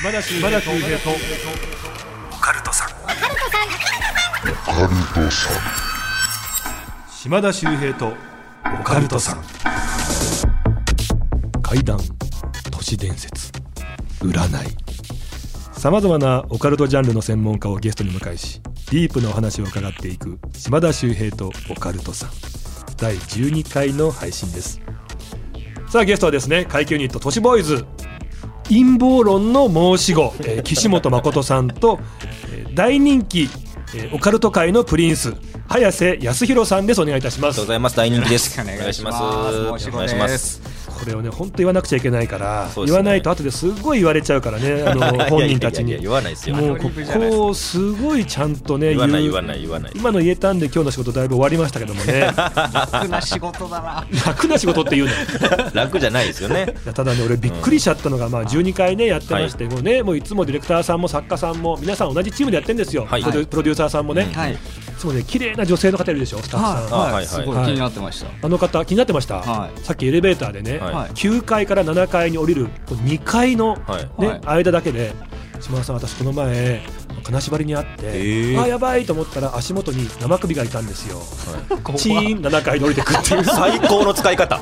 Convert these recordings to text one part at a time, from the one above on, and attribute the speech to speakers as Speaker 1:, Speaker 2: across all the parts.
Speaker 1: 島田秀平と
Speaker 2: オカルトさん
Speaker 1: 島田秀平とオカルトさん怪談都市伝説占いさまざまなオカルトジャンルの専門家をゲストに迎えしディープなお話を伺っていく島田秀平とオカルトさん第12回の配信ですさあゲストはですね階級ユニット都市ボーイズ陰謀論の申し子、えー岸本誠さんと、えー大人気、えーオカルト界のプリンス早瀬康弘さんですお願いいたしま
Speaker 3: ありがとう
Speaker 1: す
Speaker 3: ございます。大人気です。
Speaker 4: お願いします
Speaker 3: お願いします。
Speaker 1: これをね本当言わなくちゃいけないから、
Speaker 3: そうですね
Speaker 1: 言わないと後ですごい言われちゃうからねあ
Speaker 3: いやいや
Speaker 1: の
Speaker 3: いや
Speaker 1: 本人たち
Speaker 3: いやいや
Speaker 1: に
Speaker 3: 言わないですよ。
Speaker 1: もうここをすごいちゃんとね
Speaker 3: 言わない
Speaker 1: 言
Speaker 3: 言
Speaker 1: う
Speaker 3: わない言わない。
Speaker 1: 今の言えたんで今日の仕事だいぶ終わりましたけども ね
Speaker 4: 楽な仕事だな。
Speaker 1: 楽な仕事っていうのい
Speaker 3: 楽じゃないですよね。
Speaker 1: やただね俺びっくりしちゃったのが、まあ、12回ねやってまして、もうねもういつもディレクターさんも作家さんも皆さん同じチームでやってるんですよ、
Speaker 3: はい
Speaker 1: プロデュプロデューサーさんもね、い、
Speaker 4: はい。
Speaker 1: つもね綺麗な女性の方いるでしょスタッフさん、
Speaker 3: あ
Speaker 4: は
Speaker 3: は
Speaker 4: い。はいい。
Speaker 3: はい
Speaker 4: すご
Speaker 1: はいい
Speaker 4: 気になってました。
Speaker 1: あの方気になってました、
Speaker 4: はい
Speaker 1: さっきエレベーターでね、
Speaker 3: はい
Speaker 4: はい。
Speaker 1: 9階から7階に降りるこう2階の、
Speaker 3: はい
Speaker 1: ね
Speaker 4: はい
Speaker 1: 間だけで島田さん私この前金縛りにあって、
Speaker 3: ー
Speaker 1: あやばいと思ったら足元に生首がいたんですよ、チーン7階で降りてく っていう
Speaker 3: 最高の使い方。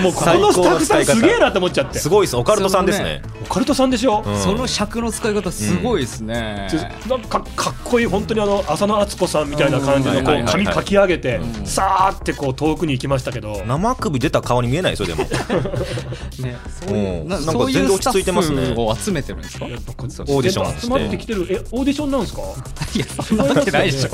Speaker 1: もうここのスタッフさん
Speaker 3: 最高の使い方
Speaker 1: すげえなと思っちゃって
Speaker 3: すごいです。オカルトさんですね。
Speaker 1: オカルトさんでしょ、
Speaker 3: うん
Speaker 4: その尺の使い方すごいですね。
Speaker 1: ちょなんかかっこいい本当にあの浅野敦子さんみたいな感じのこ
Speaker 3: う
Speaker 1: うん
Speaker 3: はいはいはい
Speaker 1: 髪かき上げて、
Speaker 4: うん
Speaker 1: さーってこう遠くに行きましたけど、
Speaker 3: 生首出た顔に見えないですよでも。
Speaker 4: ね、そういうう、
Speaker 3: ん
Speaker 4: な
Speaker 3: なんか
Speaker 4: そうい
Speaker 3: 全
Speaker 4: う
Speaker 3: 然落
Speaker 4: スタ
Speaker 3: ち着いて
Speaker 4: ッ
Speaker 3: ますね
Speaker 4: フを集めてるんですか。い
Speaker 1: やっぱこ
Speaker 4: そう
Speaker 3: オーディションして
Speaker 1: 集まってきてるえオーディションなんですか
Speaker 4: や、そんなわけない でしょ。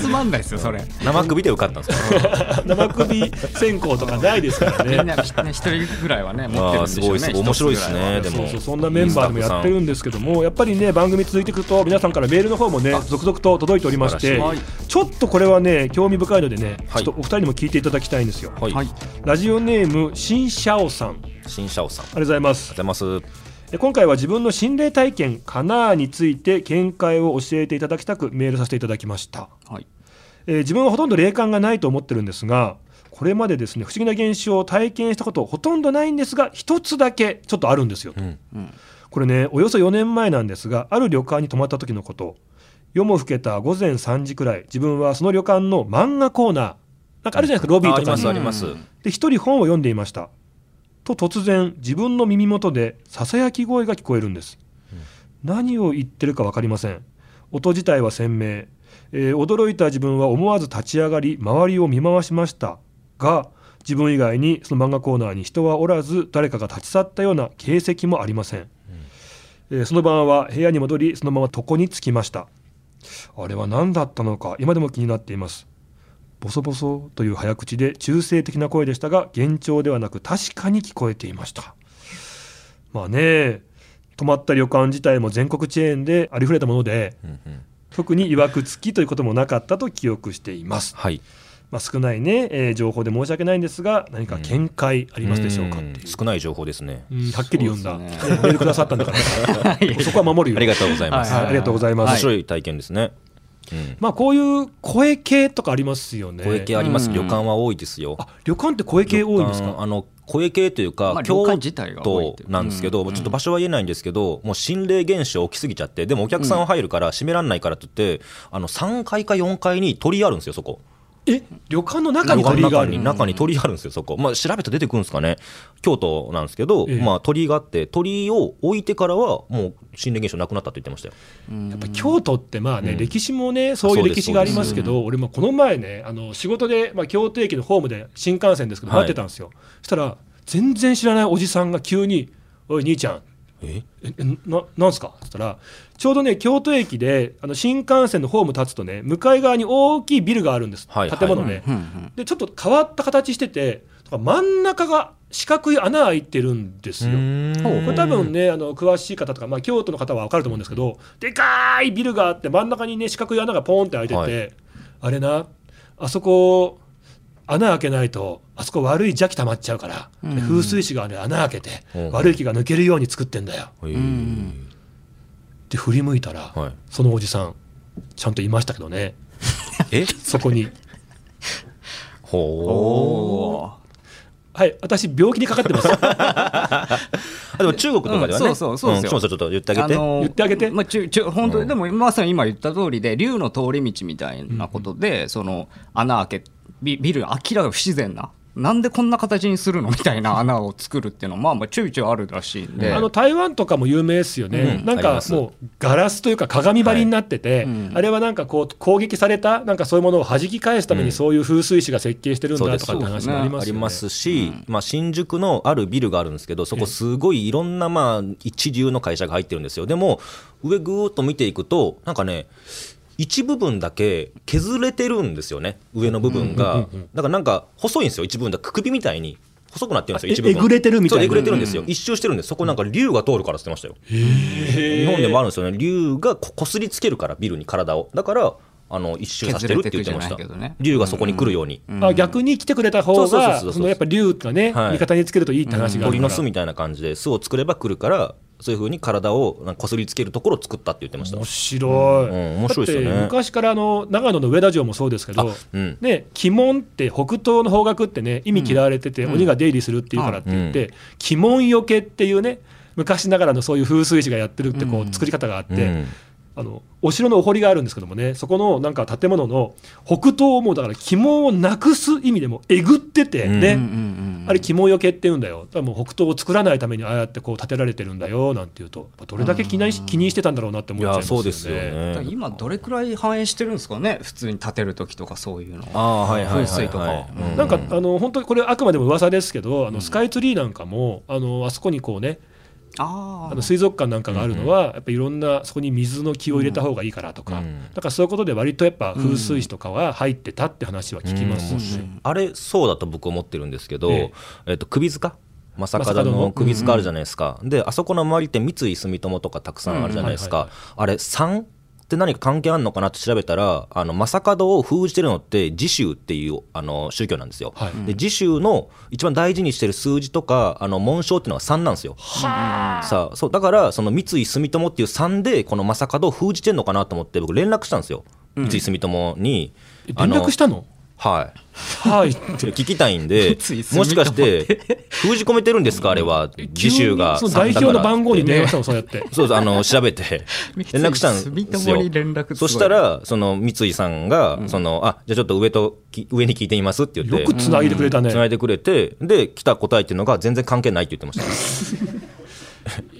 Speaker 4: 集まんないですよ、それ。
Speaker 3: 生首で受かったんですか。
Speaker 1: 生首選考とかないですから
Speaker 4: み
Speaker 1: ね
Speaker 4: んな、ひね一人ぐらいはね、持ってるんでしょうね。
Speaker 3: あーすごいすごい面白いですね
Speaker 4: 一つぐらいは
Speaker 3: でも
Speaker 1: そうそうそんなメンバーでもやってるんですけどもやっぱりね番組続いていくと皆さんからメールの方もね続々と届いておりまして
Speaker 3: 素
Speaker 4: 晴らし
Speaker 1: ちょっとこれはね興味深いのでね、
Speaker 3: はい
Speaker 1: ちょっとお二人にも聞いていただきたいんですよ、
Speaker 3: は
Speaker 4: はいい。。
Speaker 1: ラジオネーム新シャオさんありが
Speaker 3: 新社王さん。あり
Speaker 1: とうございます
Speaker 3: がとうございます。
Speaker 1: で今回は自分の心霊体験カナーについて見解を教えていただきたくメールさせていただきました
Speaker 4: はい。
Speaker 1: えー自分はほとんど霊感がないと思ってるんですがこれまでですね不思議な現象を体験したことほとんどないんですが一つだけちょっとあるんですよ、
Speaker 3: ん
Speaker 4: うん
Speaker 1: これねおよそ4年前なんですがある旅館に泊まった時のこと夜も更けた午前3時くらい自分はその旅館の漫画コーナーなんかあるじゃないですかロビー
Speaker 3: ああ
Speaker 1: と
Speaker 3: り
Speaker 1: か
Speaker 3: ますあ
Speaker 1: に
Speaker 3: ります。
Speaker 1: で一人本を読んでいましたと突然自分の耳元でささやき声が聞こえるんです、何を言ってるか分かりません音自体は鮮明、えー驚いた自分は思わず立ち上がり周りを見回しましたが自分以外にその漫画コーナーに人はおらず誰かが立ち去ったような形跡もありません、えーその晩は部屋に戻りそのまま床に着きましたあれは何だったのか今でも気になっていますボソボソという早口で中性的な声でしたが幻聴ではなく確かに聞こえていましたまあね泊まった旅館自体も全国チェーンでありふれたもので
Speaker 3: うんうん
Speaker 1: 特に曰くつきということもなかったと記憶しています、
Speaker 3: はい。
Speaker 1: まあ、少ないね、えー情報で申し訳ないんですが何か見解ありますでしょうかっていうん
Speaker 3: 少ない情報ですね。
Speaker 1: うんはっきり読んだ、
Speaker 4: そうですね
Speaker 1: メールくださったんだから、そこは守るよ
Speaker 3: ありがとうございます。
Speaker 1: はいありがとうございます、
Speaker 3: 面白い体験ですね。うん
Speaker 1: まあ、こういう声系とかありますよね
Speaker 3: 声系あります。
Speaker 4: うん
Speaker 3: 旅館は多いですよ。
Speaker 1: あ旅館って声系多いんです
Speaker 3: 旅館
Speaker 1: か
Speaker 3: あの声系というか、
Speaker 4: まあ
Speaker 3: 京
Speaker 4: 旅館自体が多い
Speaker 3: 都
Speaker 4: っていう
Speaker 3: なんですけど、
Speaker 4: うん
Speaker 3: ちょっと場所は言えないんですけど、もう心霊現象起きすぎちゃって、でもお客さんは入るから閉められないからって言って、あの3階か4階に鳥居あるんですよ、そこ。
Speaker 1: え旅館の中に鳥居があ
Speaker 3: 中
Speaker 1: る
Speaker 3: に中に鳥居あるんですよ、そこ。まあ、調べて出てくるんですかね。京都なんですけど、
Speaker 1: ええ
Speaker 3: まあ、鳥居があって、鳥居を置いてからは、もう心霊現象なくなったと言ってましたよ。
Speaker 4: やっぱ
Speaker 1: 京都ってまあね、
Speaker 3: うん
Speaker 1: 歴史もねそういう歴史がありますけど俺もこの前ねあの仕事で、まあ、京都駅のホームで新幹線ですけど
Speaker 3: はい
Speaker 1: 待ってたんですよ、そしたら全然知らないおじさんが急に「おい兄ちゃん
Speaker 3: え
Speaker 1: ええななんすか?」って言ったらちょうどね京都駅であの新幹線のホーム立つとね向かい側に大きいビルがあるんです、
Speaker 3: はいはい
Speaker 1: 建物ね、
Speaker 4: うんうん
Speaker 1: でちょっと変わった形しててだから真ん中が四角い穴開いてるんですよ。これ多分ねあの詳しい方とか、まあ、京都の方は分かると思うんですけど、でかいビルがあって真ん中にね四角い穴がポンって開いてて、
Speaker 3: はい
Speaker 1: あれなあそこ穴開けないとあそこ悪い邪気溜まっちゃうから、
Speaker 4: うん
Speaker 1: で風水師が、ね、穴開けて、
Speaker 3: うん
Speaker 1: 悪い気が抜けるように作ってんだよ
Speaker 3: へー
Speaker 4: うん
Speaker 1: って振り向いたら、
Speaker 3: はい
Speaker 1: そのおじさんちゃんといましたけどね
Speaker 3: え
Speaker 1: そこに
Speaker 4: お
Speaker 3: ほう。
Speaker 4: お。
Speaker 1: はい私病気にかかってます
Speaker 3: でも中国とかではね、
Speaker 4: うんそうそうそうですよ
Speaker 3: んしょんさんちょっと言ってあげて、
Speaker 4: のー
Speaker 1: 言ってあげて
Speaker 4: まあ、ちゅちゅ本当
Speaker 3: うん
Speaker 4: にでもまさに今言った通りで竜の通り道みたいなことで、その穴開けビビル明らか不自然ななんでこんな形にするのみたいな穴を作るっていうのはまあまあちょいちょいあるらしいんで、
Speaker 1: あの台湾とかも有名ですよね、
Speaker 3: うん
Speaker 1: なん
Speaker 3: あり
Speaker 1: か
Speaker 3: ます
Speaker 1: もうガラスというか鏡張りになってて、
Speaker 4: いうん
Speaker 1: あれはなんかこう攻撃されたなんかそういうものを弾き返すため
Speaker 3: うん
Speaker 1: にそういう風水師が設計してるん
Speaker 3: そうで
Speaker 1: だ
Speaker 3: す
Speaker 1: とかって話もありま
Speaker 3: あ
Speaker 1: す
Speaker 3: り
Speaker 1: よね。
Speaker 3: ますし、まあ、新宿のあるビルがあるんですけど、そこ、すごいいろんなまあ一流の会社が入ってるんですよ、でも、上、ぐーっと見ていくと、なんかね、一部分だけ削れてるんですよね、上の部分
Speaker 1: うん
Speaker 3: が
Speaker 1: うんうんうん。
Speaker 3: だからなんか、細いんですよ、一部分だくくびみたいに。細くなってるんですよ、
Speaker 1: あ
Speaker 3: 一部分。
Speaker 1: ええぐれてるみたいな
Speaker 3: そうえぐれてるんですよ
Speaker 4: う。ん
Speaker 3: 一周してるんです。そこなんか竜が通るからって言ってましたよ。日本でもあるんですよね。竜がここすりつけるから、ビルに体を。だから、あの、一周させてるって言ってました
Speaker 4: 削れてくじゃないけどね。
Speaker 3: 竜がそこに来るように。
Speaker 1: あ逆に来てくれた方
Speaker 3: そうそうそう
Speaker 1: が、
Speaker 3: そう
Speaker 1: そのやっぱ竜がね、
Speaker 3: はい
Speaker 1: 味方につけるといいって話があ
Speaker 3: 鳥
Speaker 1: るか
Speaker 3: の
Speaker 1: ら
Speaker 3: 巣みたいな感じで巣を作れば来るからそういうふうに体をなんかこすりつけるところを作ったって言ってました
Speaker 1: 面白い、
Speaker 3: うんうん面白いですよね
Speaker 1: だって昔からあの長野の上田城もそうですけど、
Speaker 3: うん
Speaker 1: ね、鬼門って北東の方角ってね意味嫌われてて、鬼が出入りするっていうからって言って、鬼門よけっていうね昔ながらのそういう風水師がやってるってこう作り方があって、
Speaker 3: うん
Speaker 1: あのお城のお堀があるんですけどもねそこのなんか建物の北東をもうだから鬼門をなくす意味でもえぐっててね、
Speaker 4: うんうんうん
Speaker 1: あれ鬼門よけって言うんだよだからもう北東を作らないためにああやってこう建てられてるんだよなんていうとどれだけ気にし気にしてたんだろうなって思
Speaker 3: い
Speaker 1: っちゃい
Speaker 3: や
Speaker 1: ますよ
Speaker 3: そ
Speaker 1: ね。
Speaker 3: うですよ
Speaker 4: だから
Speaker 3: ね
Speaker 4: 今どれくらい反映してるんですかね普通に建てる時とかそういうの
Speaker 3: ああはいはいはいはい
Speaker 4: 風水とか
Speaker 3: うん
Speaker 1: なんかあの本当にこれあくまでも噂ですけどあのスカイツリーなんかもあのあそこにこうね
Speaker 4: あ
Speaker 1: あの
Speaker 4: ー
Speaker 1: 水族館なんかがあるのはやっぱいろんなそこに水の気を入れた方がいいからと
Speaker 3: う
Speaker 1: か
Speaker 3: ん
Speaker 1: だからそういうことで割とやっぱ風水師とかは入ってたって話は聞きますし
Speaker 4: うん
Speaker 3: あれそうだと僕思ってるんですけど、
Speaker 1: え
Speaker 3: えっと、首塚正門
Speaker 1: 正門
Speaker 3: の
Speaker 1: の
Speaker 3: 首塚あるじゃないですか、であそこの周りって三井住友とかたくさんあるじゃないで
Speaker 1: う
Speaker 3: す
Speaker 1: ん
Speaker 3: か
Speaker 1: は、
Speaker 3: あれ3って何か関係あるのかなって調べたらあの正門を封じてるのって自宗っていうあの宗教なんですよ、
Speaker 1: はい
Speaker 3: で自宗の一番大事にしてる数字とかあの紋章っていうのが3なんですよさあそうだからその三井住友っていう3でこの正門を封じてるのかなと思って僕連絡したんですよ三井住友に、
Speaker 1: え
Speaker 3: あ
Speaker 1: 連
Speaker 3: の
Speaker 1: 絡したの
Speaker 3: はい
Speaker 1: はいって
Speaker 3: 聞きたいん で、
Speaker 4: 三井住友
Speaker 3: もしかして、封じ込めてるんですか、あれは、自習が。
Speaker 1: 急にその代表の番号に
Speaker 3: ね。
Speaker 1: 電話したのそうやって
Speaker 3: そうそうあの調べ て
Speaker 4: 三井
Speaker 3: 連絡したん
Speaker 4: 住
Speaker 3: です
Speaker 4: 友
Speaker 3: よ
Speaker 4: に連絡すごい
Speaker 3: そしたらその三井さんが、そのあじゃあちょっと上とき上に聞いてみますって言って
Speaker 1: よくつないでくれたね
Speaker 3: つないでくれてで来た答えっていうのが全然関係ないって言ってました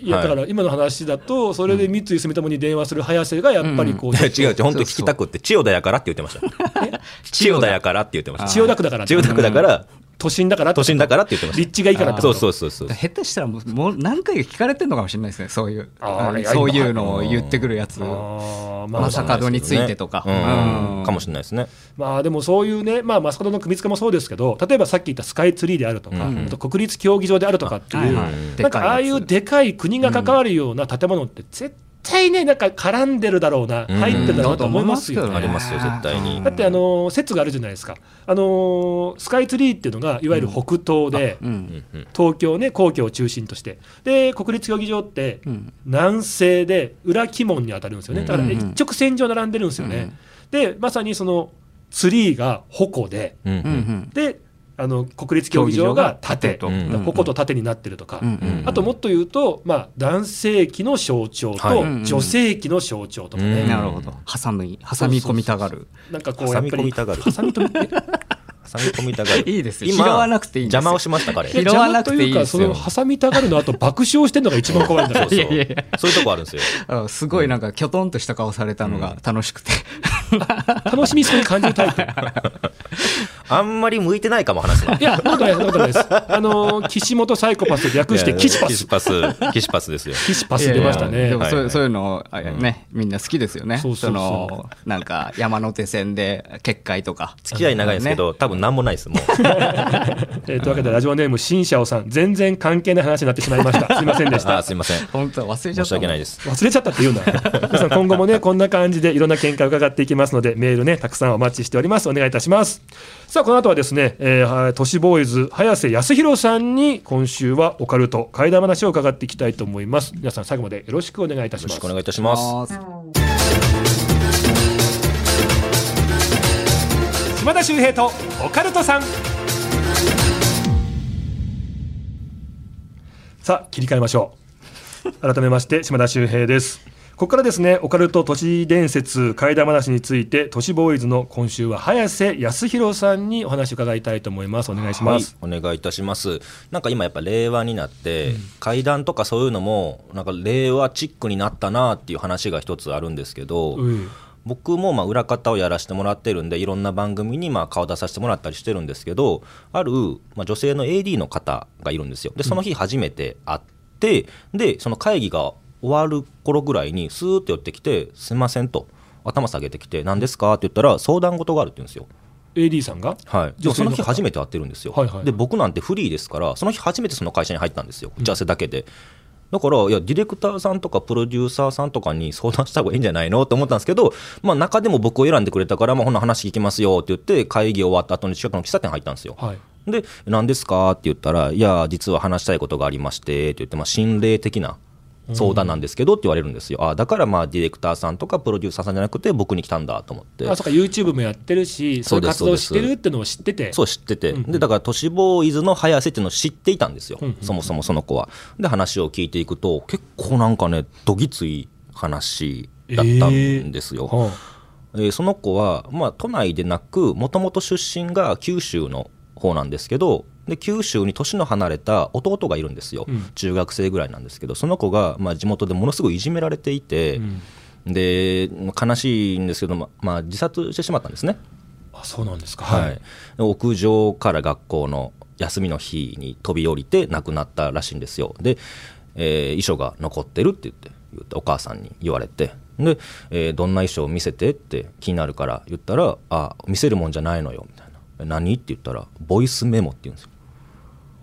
Speaker 1: いや
Speaker 3: はい
Speaker 1: だから今の話だとそれで三井住友に電話する早瀬がやっぱりこう
Speaker 3: いや違う違う本当に聞きたくって千代田やからって言ってましたえ 千代田やからって言ってました
Speaker 1: 千代田区だから
Speaker 3: 千代田区だから
Speaker 1: 都心だから
Speaker 3: 都心だからって言ってました
Speaker 1: 立地がいいからってこ
Speaker 3: そう
Speaker 1: と
Speaker 3: そうそうそう
Speaker 4: 下手したらもうもう何回か聞かれてるのかもしれないですねそういう
Speaker 1: あー
Speaker 4: うんそういうのを言ってくるやつ
Speaker 1: あーまあ
Speaker 4: まさか門についてとか
Speaker 3: うん
Speaker 4: うん
Speaker 3: かもしれないですね
Speaker 1: まあでもそういうね、まあ、マスコットの組み付けもそうですけど、例えばさっき言ったスカイツリーであるとか、
Speaker 3: うん
Speaker 1: あと国立競技場であるとかっていう、
Speaker 4: はいはい
Speaker 1: なんかああいうでかい国が関わるような建物って、絶対ね、なんか絡んでるだろうな、
Speaker 3: うん
Speaker 1: 入ってるだろうと思いますよ
Speaker 4: うん
Speaker 1: ね。
Speaker 3: ありますよ絶対に
Speaker 1: だってあのー説があるじゃないですか、あのースカイツリーっていうのがいわゆる北東で、
Speaker 4: うん
Speaker 1: 東京ね、皇居を中心として、で国立競技場って
Speaker 4: うん
Speaker 1: 南西で裏鬼門に当たるんですよね、だから一直線上並んでるんですよね。で、まさにそのツリーが矛で、
Speaker 3: うんう
Speaker 4: うん
Speaker 3: ん
Speaker 1: であの国立競技場が縦と、
Speaker 4: 競
Speaker 3: 技場が縦と
Speaker 1: うん矛と縦になってるとか、
Speaker 4: うんうん
Speaker 1: あともっと言うと、まあ、男性器の象徴
Speaker 3: はい
Speaker 4: うんうん
Speaker 1: と女性器の象徴とかね、
Speaker 3: うん
Speaker 4: なるほど挟み挟み込みたがる
Speaker 1: なんかこうやっぱ
Speaker 3: 挟み込
Speaker 1: り
Speaker 3: みたがる
Speaker 1: 挟み込みたがる
Speaker 3: 挟み込みたがる
Speaker 4: いいですよ
Speaker 3: 今
Speaker 4: 拾わなくていいんですよ
Speaker 3: 邪魔をしました彼
Speaker 4: いや拾わなくていいですよ
Speaker 1: 邪魔というかその挟みたがるの後爆笑してるのが一番怖いんだ
Speaker 3: そ
Speaker 1: よ
Speaker 3: うそう
Speaker 4: いやいやいや
Speaker 3: そういうとこあるんですよ
Speaker 4: あすごいなんかきょとんとした顔されたのが楽しくて、
Speaker 1: 楽しみそうに感じるタイプい
Speaker 3: あんまり向いてないかも話す の
Speaker 1: やそんなことないそんなことないですあの岸本サイコパスで略して岸パ
Speaker 3: キ
Speaker 1: ス
Speaker 3: シパスキシパスですよ
Speaker 1: 岸パス出ました
Speaker 4: いやい
Speaker 1: ね
Speaker 4: やでもそ
Speaker 3: はい
Speaker 4: う,、
Speaker 3: はい
Speaker 4: そういうのあね、みんな好きですよね。
Speaker 1: そうそうそう
Speaker 4: のなんか山手線で結界とか。
Speaker 3: 付き合い長いんですけど、多分何もないですもう
Speaker 1: えーというわけでラジオネーム新社おさん全然関係ない話になってしまいましたすいませんでした
Speaker 3: あすいません
Speaker 4: 本当は忘れち
Speaker 3: 申
Speaker 4: ゃった。
Speaker 3: し訳ないです
Speaker 1: 忘れちゃったって言うな皆さん今後もねこんな感じでいろんな見解を伺っていきますのでメールねたくさんお待ちしておりますお願いいたしますさあこの後はですね、えーは都市ボーイズ早瀬康弘さんに今週はオカルト怪談話を伺っていきたいと思います皆さん最後までよろしくお願いいたし
Speaker 3: よ
Speaker 1: ま
Speaker 3: ろし
Speaker 1: す
Speaker 3: くお願いいたします
Speaker 4: あー
Speaker 1: 島田秀平とオカルトさんさあ切り替えましょう改めまして島田秀平ですここからですねオカルト都市伝説怪談話について都市ボーイズの今週は早瀬康弘さんにお話を伺いたいと思いますお願いします、
Speaker 3: はい、お願いいたしますなんか今やっぱ令和になって、階段とかそういうのもなんか令和チックになったなっていう話が一つあるんですけど、
Speaker 1: うん
Speaker 3: 僕もまあ裏方をやらせてもらってるんでいろんな番組にまあ顔出させてもらったりしてるんですけどあるまあ女性の AD の方がいるんですよでその日初めて会って、でその会議が終わる頃ぐらいにスーッと寄ってきて「すいません」と頭下げてきて「何ですか?」って言ったら相談事があるって言うんですよ。
Speaker 1: AD さんが
Speaker 3: はい、
Speaker 1: 女
Speaker 3: でも
Speaker 1: 性
Speaker 3: そ
Speaker 1: の
Speaker 3: の
Speaker 1: 方
Speaker 3: 日初めて会ってるんですよ、
Speaker 1: はいはい
Speaker 3: で僕なんてフリーですからその日初めてその会社に入ったんですよ打ち合わせだけで、だからいやディレクターさんとかプロデューサーさんとかに相談した方がいいんじゃないのと思ったんですけど、まあ、中でも僕を選んでくれたから、まあ、ほな話聞きますよって言って会議終わった後に近くの喫茶店入ったんですよ、
Speaker 1: はい
Speaker 3: で何ですかって言ったらいや実は話したいことがありましてって言って、まあ、心霊的な相談なんですけどって言われるんですよ、あだからまあディレクターさんとかプロデューサーさんじゃなくて僕に来たんだと思って
Speaker 1: あそうか YouTube もやってるしそういう活動をしてるってのを知ってて
Speaker 3: そう知ってて、
Speaker 1: うんうん
Speaker 3: でだから都市ボーイズの早瀬っていうのを知っていたんですよ、
Speaker 1: うんうん
Speaker 3: そもそもその子は。で話を聞いていくと結構なんかねどぎつい話だったんですよ。
Speaker 1: は
Speaker 3: えーその子は、まあ、都内でなくもともと出身が九州の方なんですけどで九州に年の離れた弟がいるんですよ、
Speaker 1: うん
Speaker 3: 中学生ぐらいなんですけどその子が、まあ、地元でものすごいいじめられてい
Speaker 1: あ
Speaker 3: て、
Speaker 1: うん
Speaker 3: で悲しいんですけど、ままあ、自殺してしまったんですね。
Speaker 1: あそうなんですか
Speaker 3: はい、で屋上から学校の休みの日に飛び降りて亡くなったらしいんですよで、えー遺書が残ってるって言って言ってお母さんに言われてで、えーどんな遺書を見せてって気になるから言ったら「あ見せるもんじゃないのよ」みたいな「え何?」って言ったら「ボイスメモ」って言うんですよ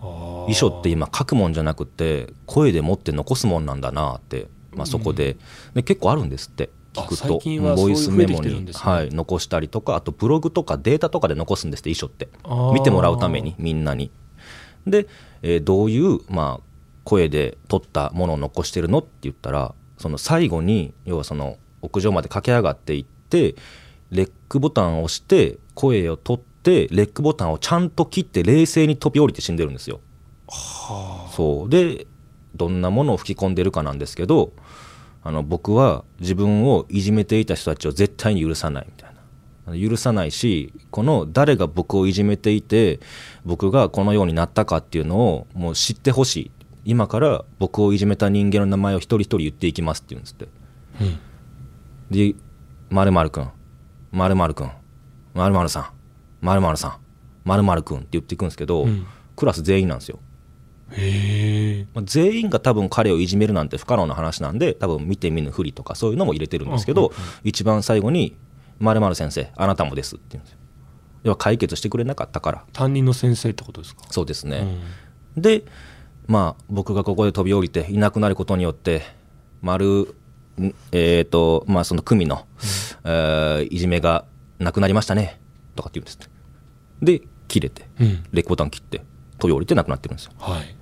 Speaker 1: あー
Speaker 3: 遺書って今書くもんじゃなくて声で持って残すもんなんだなって、まあ、そこで,、で結構あるんですって聞く
Speaker 1: あ最
Speaker 3: と
Speaker 1: 近は
Speaker 3: ボイスメモ
Speaker 1: そういう風に増えてきてるん
Speaker 3: に、
Speaker 1: ですね
Speaker 3: はい、残したりとかあとブログとかデータとかで残すんですって遺書って
Speaker 1: あー
Speaker 3: 見てもらうためにみんなに。で、えーどういう、まあ、声で撮ったものを残してるのって言ったらその最後に要はその屋上まで駆け上がっていってレックボタンを押して声を取ってレックボタンをちゃんと切って冷静に飛び降りて死んでるんですよ。そうでどんなものを吹き込んでるかなんですけどあの僕は自分をいじめていた人たちを絶対に許さないみたいなあの許さないしこの誰が僕をいじめていて僕がこのようになったかっていうのをもう知ってほしい今から僕をいじめた人間の名前を一人一人言っていきますって言うんですって。
Speaker 1: うん
Speaker 3: で、まるまるくん、まるまるくん、まるまるさん、まるまるさん、まるまるくんって言っていくんですけど、
Speaker 1: うん
Speaker 3: クラス全員なんですよ。
Speaker 1: へえ
Speaker 3: まあ全員が多分彼をいじめるなんて不可能な話なんで多分見て見ぬふりとかそういうのも入れてるんですけど、一番最後に「まる先生あなたもです」って言うんですよ。要は解決してくれなかったから
Speaker 1: 担任の先生ってことですか、
Speaker 3: そうです
Speaker 1: う
Speaker 3: ね、
Speaker 1: ん
Speaker 3: でまあ僕がここで飛び降りていなくなることによって丸んえっ、とまあその組の、えーいじめがなくなりましたねとかって言うんですってで切れて
Speaker 1: うん
Speaker 3: レコボタン切って飛び降りてなくなってるんですよ
Speaker 1: はい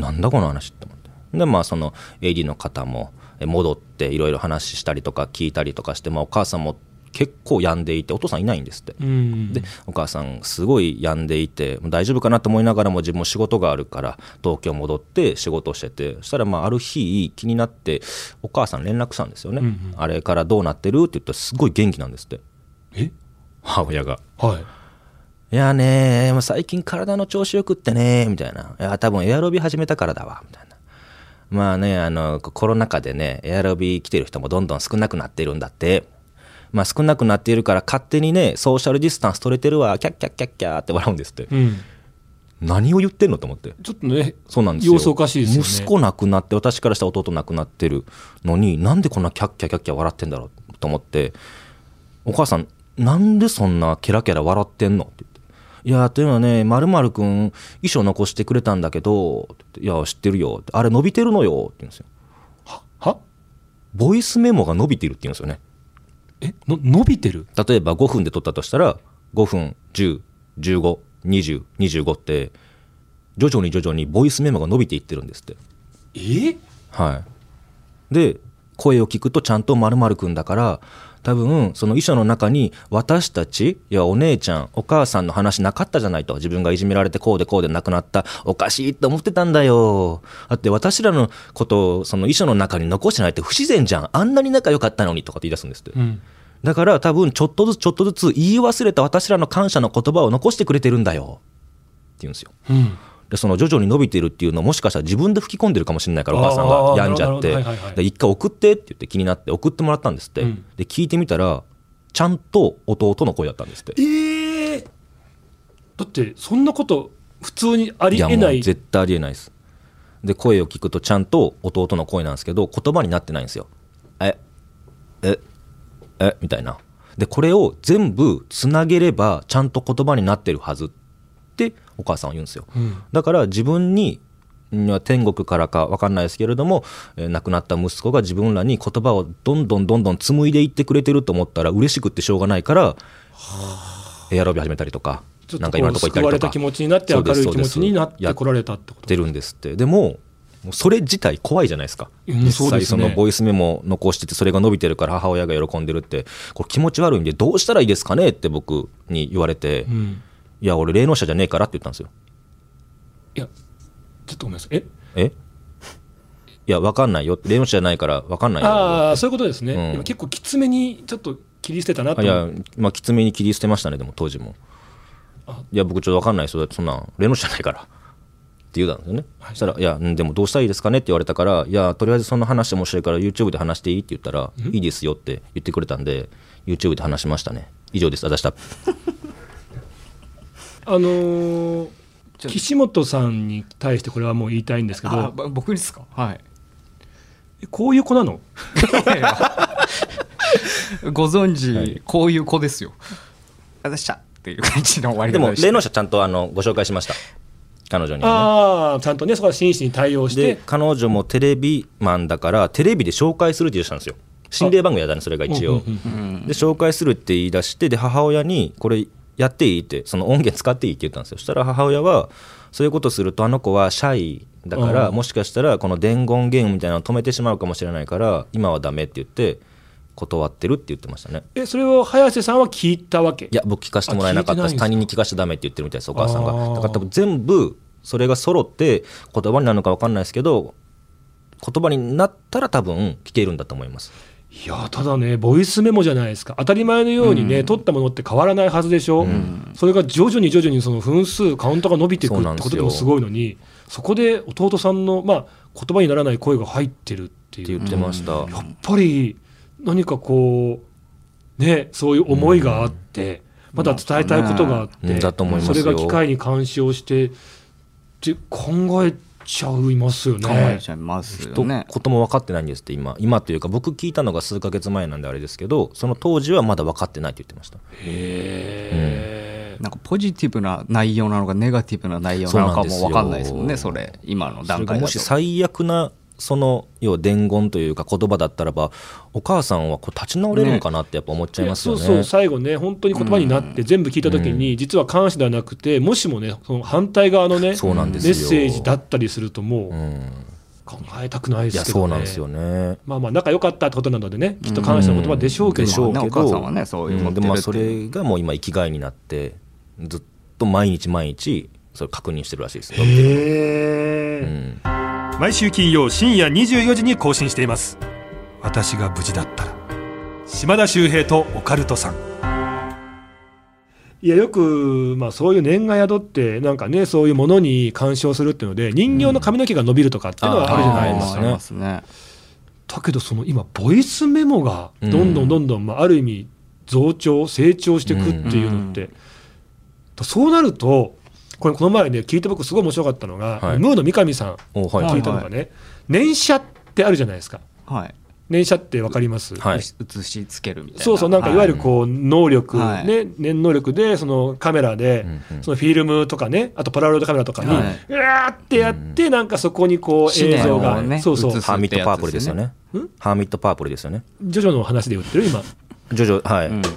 Speaker 3: なんだこの話って思ってでまあその AD の方もえ戻っていろいろ話したりとか聞いたりとかして、まあ、お母さんも結構病んでいてお父さんいないんですって、
Speaker 1: うん
Speaker 3: でお母さんすごい病んでいてもう大丈夫かなと思いながらも自分も仕事があるから東京戻って仕事をしててそしたらまあある日気になってお母さん連絡したんですよね、
Speaker 1: うんうん
Speaker 3: あれからどうなってるって言ったらすごい元気なんですって
Speaker 1: え
Speaker 3: 母親が。
Speaker 1: はい
Speaker 3: いやねもう最近体の調子よくってねみたいな。いや、多分エアロビ始めたからだわ、みたいな。まあね、あの、コロナ禍でね、エアロビ来てる人もどんどん少なくなってるんだって。まあ少なくなっているから勝手にね、ソーシャルディスタンス取れてるわ、キャッキャッキャッキャーって笑うんですって。
Speaker 1: うん
Speaker 3: 何を言ってんのと思って。
Speaker 1: ちょっとね
Speaker 3: そうなんですよ。
Speaker 1: 様子おかしいですよね
Speaker 3: 息子亡くなって、私からしたら弟亡くなってるのに、なんでこんなキャッキャキャッキャ笑ってんだろうと思って、お母さん、なんでそんなケラケラ笑ってんのって言って。いや、というのはね、まるまるくん、衣装残してくれたんだけど、って言っていや、知ってるよ。あれ伸びてるのよ。って言うんですよ。
Speaker 1: は
Speaker 3: ボイスメモが伸びてるって言うんですよね。
Speaker 1: えの伸びてる
Speaker 3: 例えば5分で撮ったとしたら5分10152025って徐々に徐々にボイスメモが伸びていってるんですって
Speaker 1: え
Speaker 3: はいで声を聞くとちゃんと「まるくんだから多分その遺書の中に私たちいやお姉ちゃんお母さんの話なかったじゃないと自分がいじめられてこうでこうで亡くなったおかしいって思ってたんだよだって私らのことをその遺書の中に残してないって不自然じゃんあんなに仲良かったのにとかって言い出すんですって、
Speaker 1: うん
Speaker 3: だから多分ちょっとずつちょっとずつ言い忘れた私らの感謝の言葉を残してくれてるんだよって言うんですよ
Speaker 1: うん
Speaker 3: でその徐々に伸びてるっていうのをもしかしたら自分で吹き込んでるかもしれないからお母さん
Speaker 1: あ
Speaker 3: が
Speaker 1: ー
Speaker 3: 病んじゃって
Speaker 1: なるほどなるほどはいはいはい
Speaker 3: で一回送ってって言って気になって送ってもらったんですって、
Speaker 1: うん
Speaker 3: で聞いてみたらちゃんと弟の声だったんですって
Speaker 1: ええだってそんなこと普通にあり
Speaker 3: やも
Speaker 1: え
Speaker 3: う
Speaker 1: ない
Speaker 3: 絶対ありえないですで声を聞くとちゃんと弟の声なんですけど言葉になってないんですよえええみたいなでこれを全部つなげればちゃんと言葉になってるはずってお母さんは言うんですよ、
Speaker 1: うん
Speaker 3: だから自分にん天国からか分かんないですけれども、えー亡くなった息子が自分らに言葉をどんどんどんどん紡いでいってくれてると思ったら嬉しくってしょうがないからエアロビ始めたりとか
Speaker 1: ちょっ
Speaker 3: なん
Speaker 1: と
Speaker 3: か今のとこ行
Speaker 1: こ
Speaker 3: っ
Speaker 1: う救われ
Speaker 3: たり
Speaker 1: た
Speaker 3: とか
Speaker 1: 気持ちになって明るい
Speaker 3: そう
Speaker 1: 気
Speaker 3: で
Speaker 1: 持
Speaker 3: す
Speaker 1: ちになっ
Speaker 3: や
Speaker 1: てこられたってこと
Speaker 3: 出るんですってでももうそれ自体怖いじゃないですか
Speaker 1: うん
Speaker 3: 実
Speaker 1: そう
Speaker 3: 際
Speaker 1: です
Speaker 3: そ
Speaker 1: ね
Speaker 3: のボイスメモ残しててそれが伸びてるから母親が喜んでるってこれ気持ち悪いんでどうしたらいいですかねって僕に言われて
Speaker 1: うん
Speaker 3: いや俺霊能者じゃねえからって言ったんですよ
Speaker 1: いやちょっとごめんなさいえ
Speaker 3: えいや分かんないよ霊能者じゃないから分かんないよ
Speaker 1: ああそういうことですね、
Speaker 3: うん
Speaker 1: 今結構きつめにちょっと切り捨てたなと
Speaker 3: あい
Speaker 1: 思う
Speaker 3: やまあきつめに切り捨てましたねでも当時も
Speaker 1: あ
Speaker 3: いや僕ちょっと分かんないですよだってそんなん霊能者じゃないからって言うたんですよね、そしたら「いやうんでもどうしたらいいですかね?」って言われたから「いやとりあえずその話面白いから YouTube で話していい?」って言ったら「いいですよ」って言ってくれたんで YouTube で話しましたね以上です私た
Speaker 1: あのー
Speaker 4: ちょ
Speaker 1: 岸本さんに対してこれはもう言いたいんですけ
Speaker 4: あ
Speaker 1: ど
Speaker 4: ぼ僕ですかはい
Speaker 1: えこういう子なの
Speaker 4: ご存知、こういう子ですよあでしたっていう感じの終わり
Speaker 3: で
Speaker 4: 方
Speaker 3: も
Speaker 4: した
Speaker 3: 霊能者ちゃんとあのご紹介しました彼女にはね
Speaker 1: ああちゃんとねそこは真摯に対応し
Speaker 3: で
Speaker 1: て
Speaker 3: 彼女もテレビマンだからテレビで紹介するって言い出したんですよ心霊番組やったねそれが一応、
Speaker 1: うんうん
Speaker 3: で紹介するって言い出してで母親にこれやっていいってその音源使っていいって言ったんですよそしたら母親はそういうことするとあの子はシャイだから
Speaker 1: う
Speaker 3: もしかしたらこの伝言ゲームみたいなの止めてしまうかもしれないから今はダメって言って断ってるって言ってましたね
Speaker 1: えそれを早瀬さんは聞いたわけ
Speaker 3: いや僕聞かせてもらえなかったし
Speaker 1: あ聞いて
Speaker 3: 他
Speaker 1: ない
Speaker 3: 人
Speaker 1: ん
Speaker 3: に聞かせちゃダメって言ってるみたいですお母さんが
Speaker 1: あー
Speaker 3: だから多分全部それが揃って言葉になるのか分かんないですけど言葉になったら多分聞けるんだと思います
Speaker 1: いやただねボイスメモじゃないですか当たり前のようにね、取ったものって変わらないはずでしょ、それが徐々に徐々にその分数カウントが伸びていく
Speaker 3: そうな
Speaker 1: っ
Speaker 3: んで
Speaker 1: てこ
Speaker 3: すよ
Speaker 1: とでもすごいのにそこで弟さんの、まあ、言葉にならない声が入ってるって
Speaker 3: っ
Speaker 1: いう
Speaker 3: て言ってました、
Speaker 1: やっぱり何かこうねそういう思いがあって、まだ伝えたいことがあって、
Speaker 3: うんだと思います
Speaker 1: そ
Speaker 3: よ
Speaker 1: れが機会に干渉してって考えちゃいますよね。
Speaker 4: 考えちゃいますよね
Speaker 3: ことも分かってないんですって今今というか僕聞いたのが数ヶ月前なんであれですけどその当時はまだ分かってないって言ってました
Speaker 1: へー
Speaker 4: なんかポジティブな内容なのかネガティブな内容なのかも
Speaker 3: そうなんですよ
Speaker 4: 分かんないですもんねそれ今の
Speaker 3: それ
Speaker 4: 段
Speaker 3: が
Speaker 4: 階だ
Speaker 3: も
Speaker 4: と
Speaker 3: し最悪なその要は伝言というか言葉だったらばお母さんはこう立ち直れるのかなってやっぱ思っちゃいますよね
Speaker 1: そうそう最後ね本当に言葉になって全部聞いた時に、実は監視ではなくてもしもねその反対側のねメ
Speaker 3: そうな
Speaker 1: ッ
Speaker 3: んですよ
Speaker 1: セージだったりするとも
Speaker 3: う
Speaker 1: うん考えたくないで
Speaker 3: いや
Speaker 1: すけど
Speaker 3: そう
Speaker 1: ね
Speaker 3: なんですよね
Speaker 1: まあまあ仲良かったってことなのでねきっと監視の言葉でしょうけ
Speaker 3: で
Speaker 1: ど
Speaker 3: しょうけど
Speaker 4: まあねお母さんはねそういうの
Speaker 3: んでまあそれがもう今生きがいになってずっと毎日毎日それ確認してるらしいです
Speaker 1: へ
Speaker 3: よ、う
Speaker 1: え、
Speaker 3: ん
Speaker 2: 毎週金曜深夜24時に更新しています私が無事だったら島田秀平とオカルトさん
Speaker 1: いやよく、まあ、そういう年賀宿ってなんかねそういうものに干渉するっていうので人形の髪の毛が伸びるとかっていうのはあるじゃないですか、
Speaker 3: うん
Speaker 4: ありますね
Speaker 1: だけどその今ボイスメモがどんどんどんどん、まあ、ある意味増長成長していくっていうのって、そうなるとこれこの前ね聞いて僕すごい面白かったのが、
Speaker 3: はい
Speaker 1: ムーの三上さん
Speaker 3: おはい
Speaker 1: 聞いたのがね、年写ってあるじゃないですか
Speaker 4: はい
Speaker 1: 年写ってわかります、
Speaker 3: はいう
Speaker 4: つしつけるみたいな
Speaker 1: そうそう、なんかいわゆるこう、能力、
Speaker 4: はい
Speaker 1: ね、念能力で、そのカメラで
Speaker 3: うんうん、
Speaker 1: そのフィルムとかね、あとパラロイドカメラとかに、う
Speaker 4: は
Speaker 1: わ
Speaker 4: い
Speaker 1: ーってやって、なんかそこにこう、
Speaker 4: シネ
Speaker 1: 映
Speaker 4: マ
Speaker 1: 像
Speaker 4: を
Speaker 1: が、
Speaker 4: ね
Speaker 1: そうそう
Speaker 4: 映、
Speaker 3: ハーミットパープルですよね
Speaker 1: ん
Speaker 3: ハーミットパープルですよね
Speaker 1: ジョジョの話で言ってる、今。
Speaker 3: ジョジョはい、
Speaker 4: うん
Speaker 3: ジ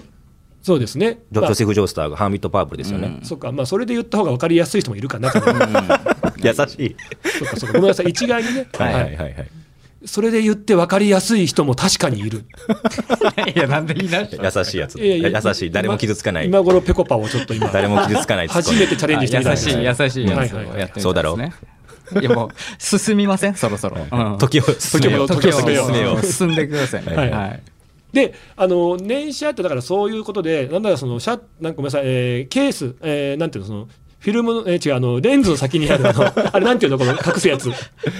Speaker 1: そうですね。
Speaker 3: ョジ
Speaker 1: まあ
Speaker 3: ョセフ・ジョースターがハーミット・パープルですよね、
Speaker 1: そっか、まあ、それで言った方が分かりやすい 人もいるかなと思う
Speaker 3: 優しい
Speaker 1: そっか、そっか、ごめんなさい、一概にね。
Speaker 3: はいは
Speaker 1: はいい
Speaker 3: はいはい
Speaker 1: それで言って分かりやすい人も確かにいる。
Speaker 4: いや、なんで 言い出した
Speaker 3: 優しいやつ。
Speaker 1: いやいや
Speaker 3: 優しい。誰も傷つかない。
Speaker 1: 今頃ペコパをちょっと今、
Speaker 3: 誰も傷つかないツッコ
Speaker 1: 初
Speaker 3: ミ。
Speaker 1: めてチャレンジしてみたん
Speaker 4: 優
Speaker 1: です
Speaker 4: しい、優しいやつを
Speaker 1: はいはい
Speaker 4: やってみたんですね。
Speaker 3: そうだろ
Speaker 4: いや、もう、進みませんそろそろ。うん
Speaker 3: 時を進めよう。
Speaker 1: 時を進めよう
Speaker 4: 進めよう 進んでください。
Speaker 1: はいであの年シャってだからそういうことでなんだろうそのシャなんかごめんなさい、えーケース、えーなんていうのそのフィルムの、えー違うあのレンズの先にあるあ のあれなんていうのこの隠すやつ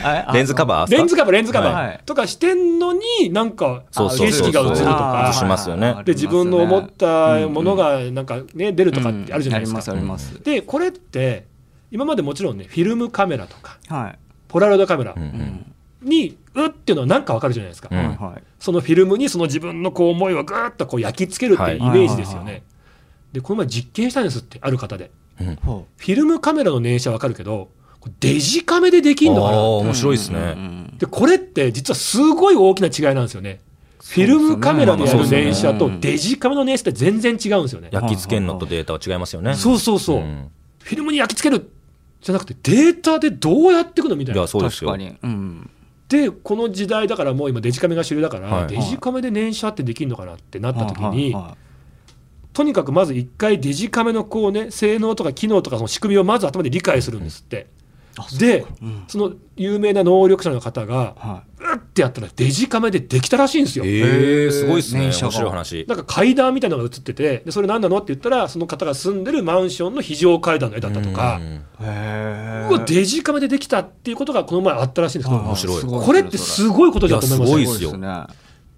Speaker 4: あ
Speaker 3: レンズカバー
Speaker 1: レンズカバーレンズカバー、
Speaker 4: はい
Speaker 1: とかしてんのになんか
Speaker 3: そうそう
Speaker 1: 景
Speaker 3: そう
Speaker 1: 色が映ると
Speaker 4: あ
Speaker 1: か
Speaker 4: ー
Speaker 3: 映しますよね
Speaker 4: あり
Speaker 1: で自分の思ったもの
Speaker 4: あ
Speaker 1: がなんかね出ると
Speaker 4: り
Speaker 1: か
Speaker 4: ま
Speaker 1: っ
Speaker 4: すよね
Speaker 1: てあるじゃないですか。
Speaker 4: うんあります、あり
Speaker 1: でこれって今までもちろんねフィルムカメラとか
Speaker 4: ます。はい。
Speaker 1: ポラロイドカメラ
Speaker 3: うんう
Speaker 4: うんん
Speaker 1: に、うっていうのはなんかわかるじゃないですか、
Speaker 3: うん
Speaker 4: はいはい
Speaker 1: そのフィルムにその自分のこう思いをぐーっとこう焼き付けるっていうイメージですよね、
Speaker 4: はいはいはいは
Speaker 1: でこの前実験したんですってある方で
Speaker 3: うん。
Speaker 4: ほ
Speaker 1: フィルムカメラの連写わかるけどこれデジカメでできんのか
Speaker 3: あー
Speaker 1: な
Speaker 4: う
Speaker 3: 面白いです
Speaker 4: うんうんう
Speaker 3: ね。
Speaker 4: ん
Speaker 1: でこれって実はすごい大きな違いなんですよねフィルムカメラでやる連写とデジカメの連写って全然違うんですよね、
Speaker 3: 焼き付けんのとデータは違いますよね。
Speaker 1: そうそうそう、
Speaker 3: ん
Speaker 1: フィルムに焼き付けるじゃなくてデータでどうやっていくのみたい
Speaker 3: い
Speaker 1: な
Speaker 3: や、そうです
Speaker 4: 確
Speaker 3: よ
Speaker 4: か。に。うん
Speaker 1: でこの時代だからもう今デジカメが主流だから、
Speaker 3: はい
Speaker 1: デジカメで連写ってできるのかなってなった時に、
Speaker 4: はいはいはい
Speaker 1: とにかくまず一回デジカメのこうね性能とか機能とかその仕組みをまず頭で理解するんですって、で
Speaker 4: うん
Speaker 1: その有名な能力者の方が
Speaker 4: は
Speaker 1: うってやったらデジカメでできたらしいんですよ、
Speaker 3: ええ、すごいですね。
Speaker 4: 年
Speaker 3: 面
Speaker 4: 少が
Speaker 3: 白い話。
Speaker 1: なんか階段みたいなのが映っててでそれ何なのって言ったらその方が住んでるマンションの非常階段の絵だったとか
Speaker 3: う、ん
Speaker 4: い。へ
Speaker 1: うわデジカメでできたっていうことがこの前あったらしいんですけど、
Speaker 3: 面白い
Speaker 1: これってすごいことだと思いますよ
Speaker 3: いやすごいっすよ
Speaker 4: ね。
Speaker 1: っ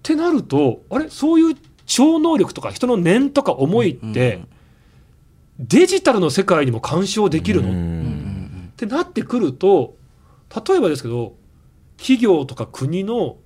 Speaker 1: てなるとあれそういう超能力とか人の念とか思いって、
Speaker 4: うん
Speaker 1: デジタルの世界にも干渉できるの、
Speaker 3: う
Speaker 1: っ
Speaker 4: うんうんうんん
Speaker 1: てなってくると例えばですけど企業とか国の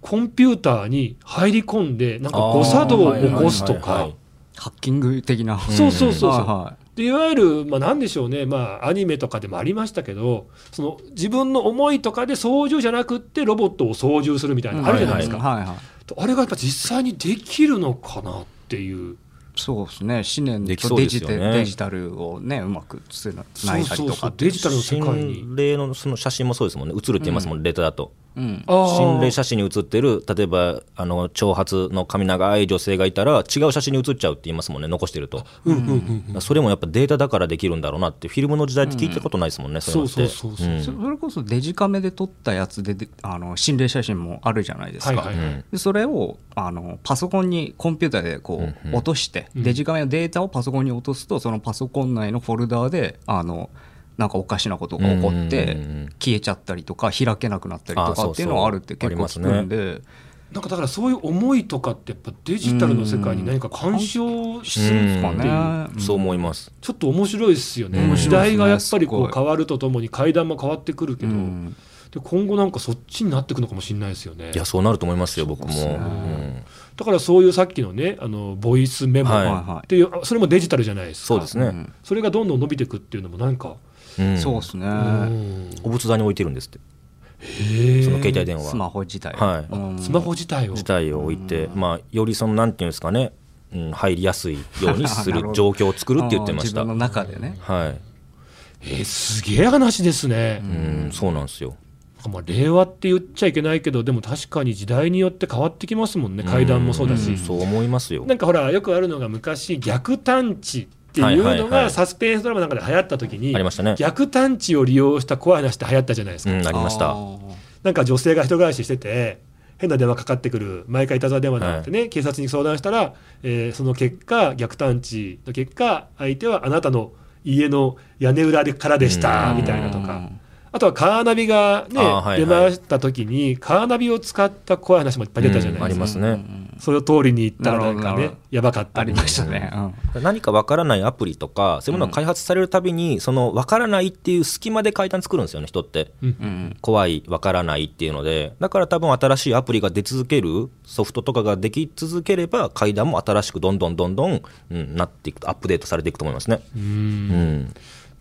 Speaker 1: コンピューターに入り込んでなんか誤作動を起こすと
Speaker 3: あーはいはいはいは
Speaker 1: か
Speaker 3: い。
Speaker 4: ハッキング的な。
Speaker 1: そうそうそうそう、
Speaker 4: はい
Speaker 1: でいわゆる、まあ、何でしょうね、まあ、アニメとかでもありましたけどその自分の思いとかで操縦じゃなくってロボットを操縦するみたい
Speaker 4: い
Speaker 1: な、
Speaker 4: はい。
Speaker 1: あるじゃないですか、
Speaker 4: はいはい。
Speaker 1: とあれがやっぱ実際にできるのかなっていう
Speaker 4: そうですね。思念
Speaker 3: できそ
Speaker 4: と
Speaker 3: う
Speaker 4: デ
Speaker 3: です
Speaker 4: ジ
Speaker 3: よ
Speaker 4: タ
Speaker 3: ね
Speaker 4: ルデジタルをねうまくつなつないだりとかって。
Speaker 1: デジタルの世界に
Speaker 3: 心霊のその写真もそうですもんね。映るって言いますもん、データだと。
Speaker 4: うん。
Speaker 1: あー
Speaker 3: 心霊写真に写ってる例えばあの長髪の髪長い女性がいたら違う写真に写っちゃうって言いますもんね残してると、
Speaker 1: うんうんうんうん
Speaker 3: それもやっぱデータだからできるんだろうなってフィルムの時代って聞いたことないですもんね、そういうのって
Speaker 1: そうそうそうそう
Speaker 3: うん
Speaker 4: そそれこそデジカメで撮ったやつでであの心霊写真もあるじゃないですか、
Speaker 1: はいはいはい
Speaker 4: でそれをあのパソコンにコンピューターでこう、落として、デジカメのデータをパソコンに落とすとそのパソコン内のフォルダーであのなんかおかしなことが起こって、
Speaker 3: うんうんうんうん
Speaker 4: 消えちゃったりとか開けなくなったりと
Speaker 3: あそうそ
Speaker 4: か
Speaker 3: う
Speaker 4: っていうのはあるって結構聞くんで、
Speaker 1: なんかだからそういう思いとかってやっぱデジタルの世界に何か干渉しする
Speaker 4: すかね
Speaker 3: うんそう思います、
Speaker 1: ちょっと面白いですよね、
Speaker 4: 面白いで
Speaker 1: 時
Speaker 4: すね
Speaker 1: 代がやっぱりこ
Speaker 4: すご
Speaker 1: う
Speaker 4: い
Speaker 1: 変わるとともに階段も変わってくるけど、
Speaker 4: うん
Speaker 1: で今後なんかそっちになっていくのかもしれないですよね
Speaker 3: いやそうなると思いますよ僕も、
Speaker 4: そうですね
Speaker 3: うん
Speaker 1: だからそういうさっきのねあのボイスメモ
Speaker 3: はい
Speaker 4: は
Speaker 1: っ
Speaker 4: い
Speaker 1: ていう、あそれもデジタルじゃないですか
Speaker 3: そうですね、
Speaker 4: うん
Speaker 1: それがどんどん伸びていくっていうのもなんか、
Speaker 3: うん
Speaker 4: そうですね、
Speaker 1: うん
Speaker 3: お仏壇に置いてるんですって
Speaker 1: へえ
Speaker 3: その携帯電話
Speaker 4: スマホ自体、
Speaker 3: はい
Speaker 4: うん
Speaker 1: スマホ自体を
Speaker 3: 自体を置いて、まあ、よりそのなんていうんですかね、うん、入りやすいようにする状況を作るって言ってました
Speaker 4: 自分の中でね
Speaker 3: はい、
Speaker 1: えーすげえ話ですね、
Speaker 3: うん、そうなんですよ
Speaker 1: まあ、令和って言っちゃいけないけどでも確かに時代によって変わってきますもんね階段もそうだし、
Speaker 3: んそう思いますよ
Speaker 1: なんかほらよくあるのが昔逆探知ってい
Speaker 3: は
Speaker 1: う
Speaker 3: いは
Speaker 1: の
Speaker 3: いは
Speaker 1: が
Speaker 3: い
Speaker 1: サスペンスドラマなんかで流行った時に、
Speaker 3: ありましたね
Speaker 1: 逆探知を利用した怖い話って流行ったじゃないです
Speaker 3: う
Speaker 1: か、
Speaker 3: ん、ありました
Speaker 4: あー
Speaker 1: なんか女性が人暮らししてて変な電話かかってくる毎回いたずら電話なんてね、警察に相談したら、えーその結果逆探知の結果相手はあなたの家の屋根裏でからでした
Speaker 3: うん
Speaker 1: みたいなと
Speaker 4: う
Speaker 1: か
Speaker 4: ん。
Speaker 1: あとはカーナビが、ね
Speaker 3: あーはい
Speaker 1: 出
Speaker 3: は
Speaker 1: ま
Speaker 3: い
Speaker 1: した時にカーナビを使った怖い話もいっぱい出たじゃ
Speaker 3: うん
Speaker 1: な
Speaker 3: あ
Speaker 1: いで
Speaker 3: り
Speaker 1: すか、
Speaker 3: ます
Speaker 4: う
Speaker 3: ね、
Speaker 4: ん
Speaker 1: それを通りに行ったらなん
Speaker 4: な
Speaker 1: か
Speaker 4: るほど
Speaker 1: ね
Speaker 4: なるほ
Speaker 1: やばかった
Speaker 4: ありましたね、
Speaker 3: 何かわからないアプリとかそういうものが開発されるたびに、そのわからないっていう隙間で階段作るんですよね人って
Speaker 4: うんうん
Speaker 3: 怖いわからないっていうのでだから多分新しいアプリが出続けるソフトとかができ続ければ階段も新しくどんどんどんどん、うん、なっていくアップデートされていくと思いますね
Speaker 1: うん
Speaker 3: うん、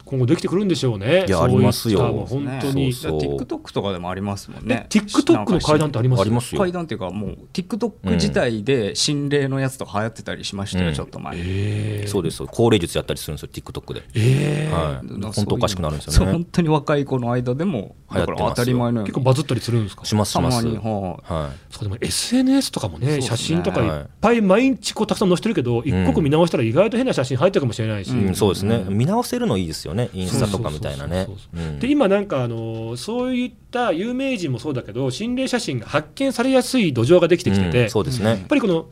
Speaker 1: 今後できてくるんでしょうね。
Speaker 3: いや
Speaker 1: そうい
Speaker 3: ありますよ
Speaker 1: ったもう本当に。
Speaker 3: そうそう
Speaker 4: TikTok とかでもありますもんね
Speaker 1: え TikTok の階段ってあります
Speaker 3: ありますよ
Speaker 4: 階段っていうかもう TikTok 自体で心霊のやつとか流行ってたりしましたよ、
Speaker 3: うん
Speaker 4: ちょっと前、
Speaker 1: えー
Speaker 3: そうです高齢術やったりするんですよ TikTok で、
Speaker 1: えー
Speaker 3: はい、
Speaker 4: な
Speaker 3: 本当おかしくなるんです
Speaker 4: そう
Speaker 3: よ
Speaker 4: いうのそう
Speaker 3: ね
Speaker 4: 本当に若い子の間でも
Speaker 3: 流行
Speaker 4: だ
Speaker 3: って
Speaker 4: か
Speaker 3: ますよ
Speaker 4: ら当たり前のように
Speaker 1: 結構バズったりするんですか
Speaker 3: しますしたま
Speaker 4: ますにはい
Speaker 3: は
Speaker 1: そうでも SNS とかもね
Speaker 4: そうです
Speaker 1: 写
Speaker 4: ね
Speaker 1: 真とかいっぱい毎日こうたくさん載せてるけど、一刻見直したら意外と変な写真入ってるかもしれないし、
Speaker 3: い、うんそうですね、見直せるのいいですよねインスタとかみたいなね
Speaker 1: そうそう
Speaker 3: うん
Speaker 1: で今なんかあのーそういった有名人もそうだけど心霊写真が発見されやすい土壌ができてきてて、
Speaker 3: うんそうです
Speaker 1: や
Speaker 3: ね
Speaker 1: っ、ぱりこの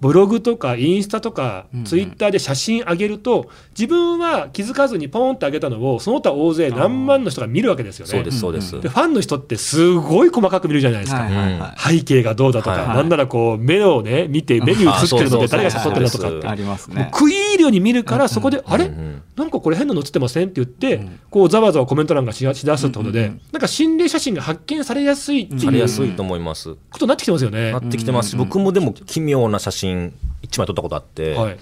Speaker 1: ブログとかインスタとか
Speaker 4: うんうん
Speaker 1: ツイッターで写真上げると自分は気づかずにポンって上げたのをその他大勢何万の人が見るわけですよね。
Speaker 3: そうですそうです、
Speaker 4: うん
Speaker 1: でファンの人ってすごい細かく見るじゃないですか。
Speaker 4: はいはいは
Speaker 1: 背景がどうだとか、
Speaker 3: はい
Speaker 1: なんならこう目をね見て目に映ってるので
Speaker 3: あそうそうそう
Speaker 1: 誰が誘ってるだとかっ
Speaker 3: そう
Speaker 1: て
Speaker 4: い、
Speaker 3: ん
Speaker 4: あります
Speaker 1: もう
Speaker 4: ね
Speaker 1: 食い入るように見るからそこで、あれ
Speaker 3: うんうん
Speaker 1: なんかこれ変なの映ってませんって言って、
Speaker 4: うん
Speaker 1: こうざわざわコメント欄がしだしだすってことで、
Speaker 4: うんうんうん
Speaker 1: なんか心霊写真が発見されやすいって
Speaker 3: され
Speaker 1: い
Speaker 3: や
Speaker 1: う
Speaker 3: すいと思います、
Speaker 1: ことになってきてますよね。
Speaker 3: なってきてますし、
Speaker 4: うんうんうん
Speaker 3: 僕もでも奇妙な写真一枚撮ったことあって、
Speaker 1: はい、